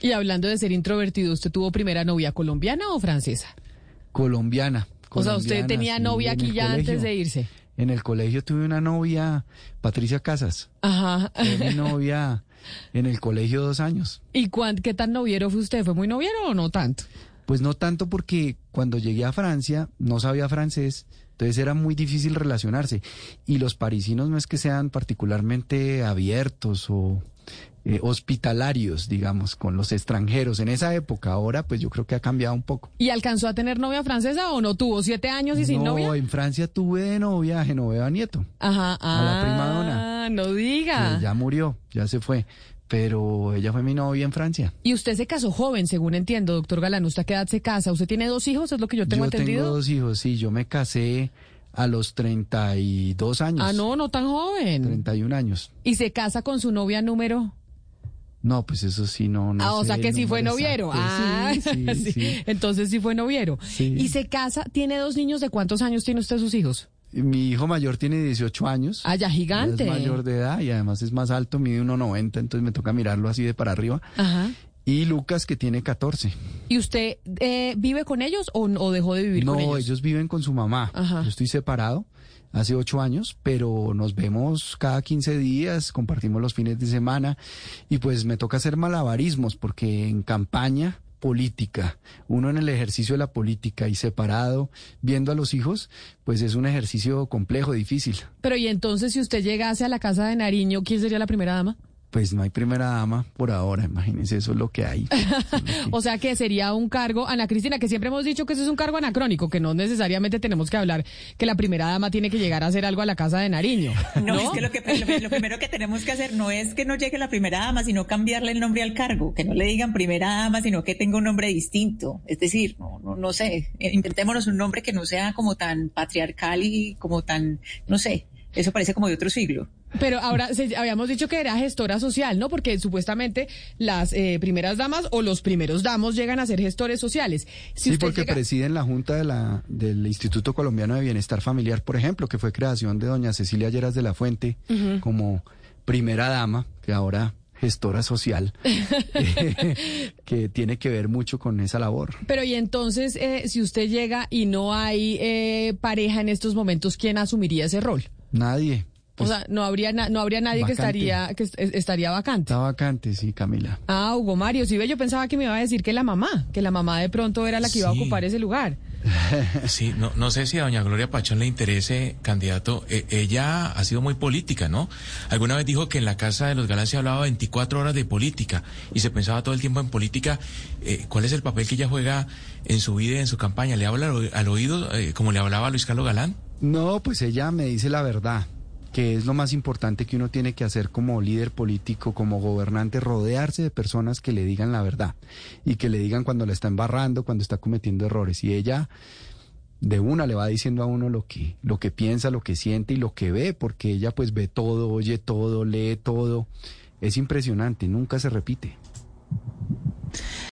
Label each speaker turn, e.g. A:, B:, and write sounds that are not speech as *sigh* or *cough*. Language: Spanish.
A: Y hablando de ser introvertido, ¿usted tuvo primera novia colombiana o francesa?
B: Colombiana.
A: O sea, ¿usted
B: colombiana,
A: tenía
B: sí,
A: novia
B: en
A: aquí
B: el
A: ya antes
B: colegio.
A: de irse?
B: En el colegio tuve una novia, Patricia Casas.
A: Ajá.
B: Fue
A: *laughs*
B: mi novia en el colegio dos años.
A: ¿Y cuán, qué tan noviero fue usted? ¿Fue muy noviero o no tanto?
B: Pues no tanto porque cuando llegué a Francia no sabía francés, entonces era muy difícil relacionarse. Y los parisinos no es que sean particularmente abiertos o eh, hospitalarios, digamos, con los extranjeros. En esa época, ahora pues yo creo que ha cambiado un poco.
A: ¿Y alcanzó a tener novia francesa o no tuvo? ¿Siete años y sin
B: no,
A: novia?
B: en Francia tuve de novia a Genoveva Nieto.
A: Ajá,
B: a la prima donna.
A: Ah, no diga.
B: que ya murió, ya se fue. Pero ella fue mi novia en Francia.
A: Y usted se casó joven, según entiendo, doctor Galán. ¿Usted a qué edad se casa? ¿Usted tiene dos hijos? ¿Es lo que yo tengo
B: yo
A: entendido?
B: tengo dos hijos, sí, yo me casé a los 32 años.
A: Ah, no, no tan joven.
B: 31 años.
A: ¿Y se casa con su novia número?
B: No, pues eso sí, no. no
A: ah, o
B: sé
A: sea que
B: el
A: sí fue
B: número
A: noviero. Ah, *laughs*
B: exacto. Sí,
A: sí.
B: sí, sí.
A: Entonces sí fue noviero.
B: Sí.
A: Y se casa, tiene dos niños. ¿De cuántos años tiene usted sus hijos?
B: Mi hijo mayor tiene 18 años.
A: Ah, ya
B: Ya
A: gigante.
B: Es mayor de edad y además es más alto, mide 1,90, entonces me toca mirarlo así de para arriba.
A: Ajá.
B: Y Lucas, que tiene 14.
A: ¿Y usted eh, vive con ellos o, o dejó de vivir
B: no,
A: con ellos?
B: viven con su mamá.
A: Ajá.
B: Yo estoy separado hace ocho años, pero nos vemos cada 15 días, compartimos los fines de semana y pues me toca hacer malabarismos porque en campaña política, uno en el ejercicio de la política y separado, viendo a los hijos, pues es un ejercicio complejo, difícil.
A: Pero y entonces si usted llegase a la casa de Nariño, ¿quién sería la primera dama?
B: Pues no hay primera dama por ahora, imagínense, eso es lo que hay. Eso es lo que-
A: O sea que sería un cargo, Ana Cristina, que siempre hemos dicho que eso es un cargo anacrónico, que no necesariamente tenemos que hablar que la primera dama tiene que llegar a hacer algo a la casa de Nariño.
C: No, es que lo, que lo, lo primero que tenemos que hacer no es que no llegue la primera dama, sino cambiarle el nombre al cargo, que no le digan primera dama, sino que tenga un nombre distinto. Es decir, no, no, no sé, eh, inventémonos un nombre que no sea como tan patriarcal y como tan, no sé, eso parece como de otro siglo.
A: Pero ahora se- habíamos dicho que era gestora social, ¿no? Porque supuestamente las eh, primeras damas o los primeros damos llegan a ser gestores sociales. Si
B: sí,
A: usted
B: porque
A: llega-
B: presiden la Junta de la, del Instituto Colombiano de Bienestar Familiar, por ejemplo, que fue creación de doña Cecilia Lleras de la Fuente como primera dama, que ahora
A: *laughs*
B: gestora social, eh, que tiene que ver mucho con esa labor.
A: Pero y entonces, eh, si usted llega y no hay eh, pareja en estos momentos, ¿quién asumiría ese rol?
B: Nadie. Pues,
A: o sea, no habría na- no habría nadie que
B: vacante.
A: estaría que est- estaría vacante.
B: está vacante, sí, Camila.
A: Ah, Hugo Mario, sí, ve, yo pensaba que me iba a decir que la mamá, que la mamá de pronto era la que iba a
D: Sí.
A: ocupar ese lugar.
D: Sí, no, no sé si a doña Gloria Pachón le interese, candidato. E- ella ha sido muy política, ¿no? Alguna vez dijo que en la Casa de los Galán se hablaba 24 horas de política y se pensaba todo el tiempo en política. Eh, ¿Cuál es el papel que ella juega en su vida, y en su campaña? ¿Le habla al, o- al oído eh, como le hablaba a Luis Carlos Galán?
B: No, pues ella me dice la verdad, que es lo más importante que uno tiene que hacer como líder político, como gobernante, rodearse de personas que le digan la verdad y que le digan cuando la está embarrando, cuando está cometiendo errores. Y ella de una le va diciendo a uno lo que, lo que piensa, lo que siente y lo que ve, porque ella pues ve todo, oye todo, lee todo. Es impresionante, nunca se repite.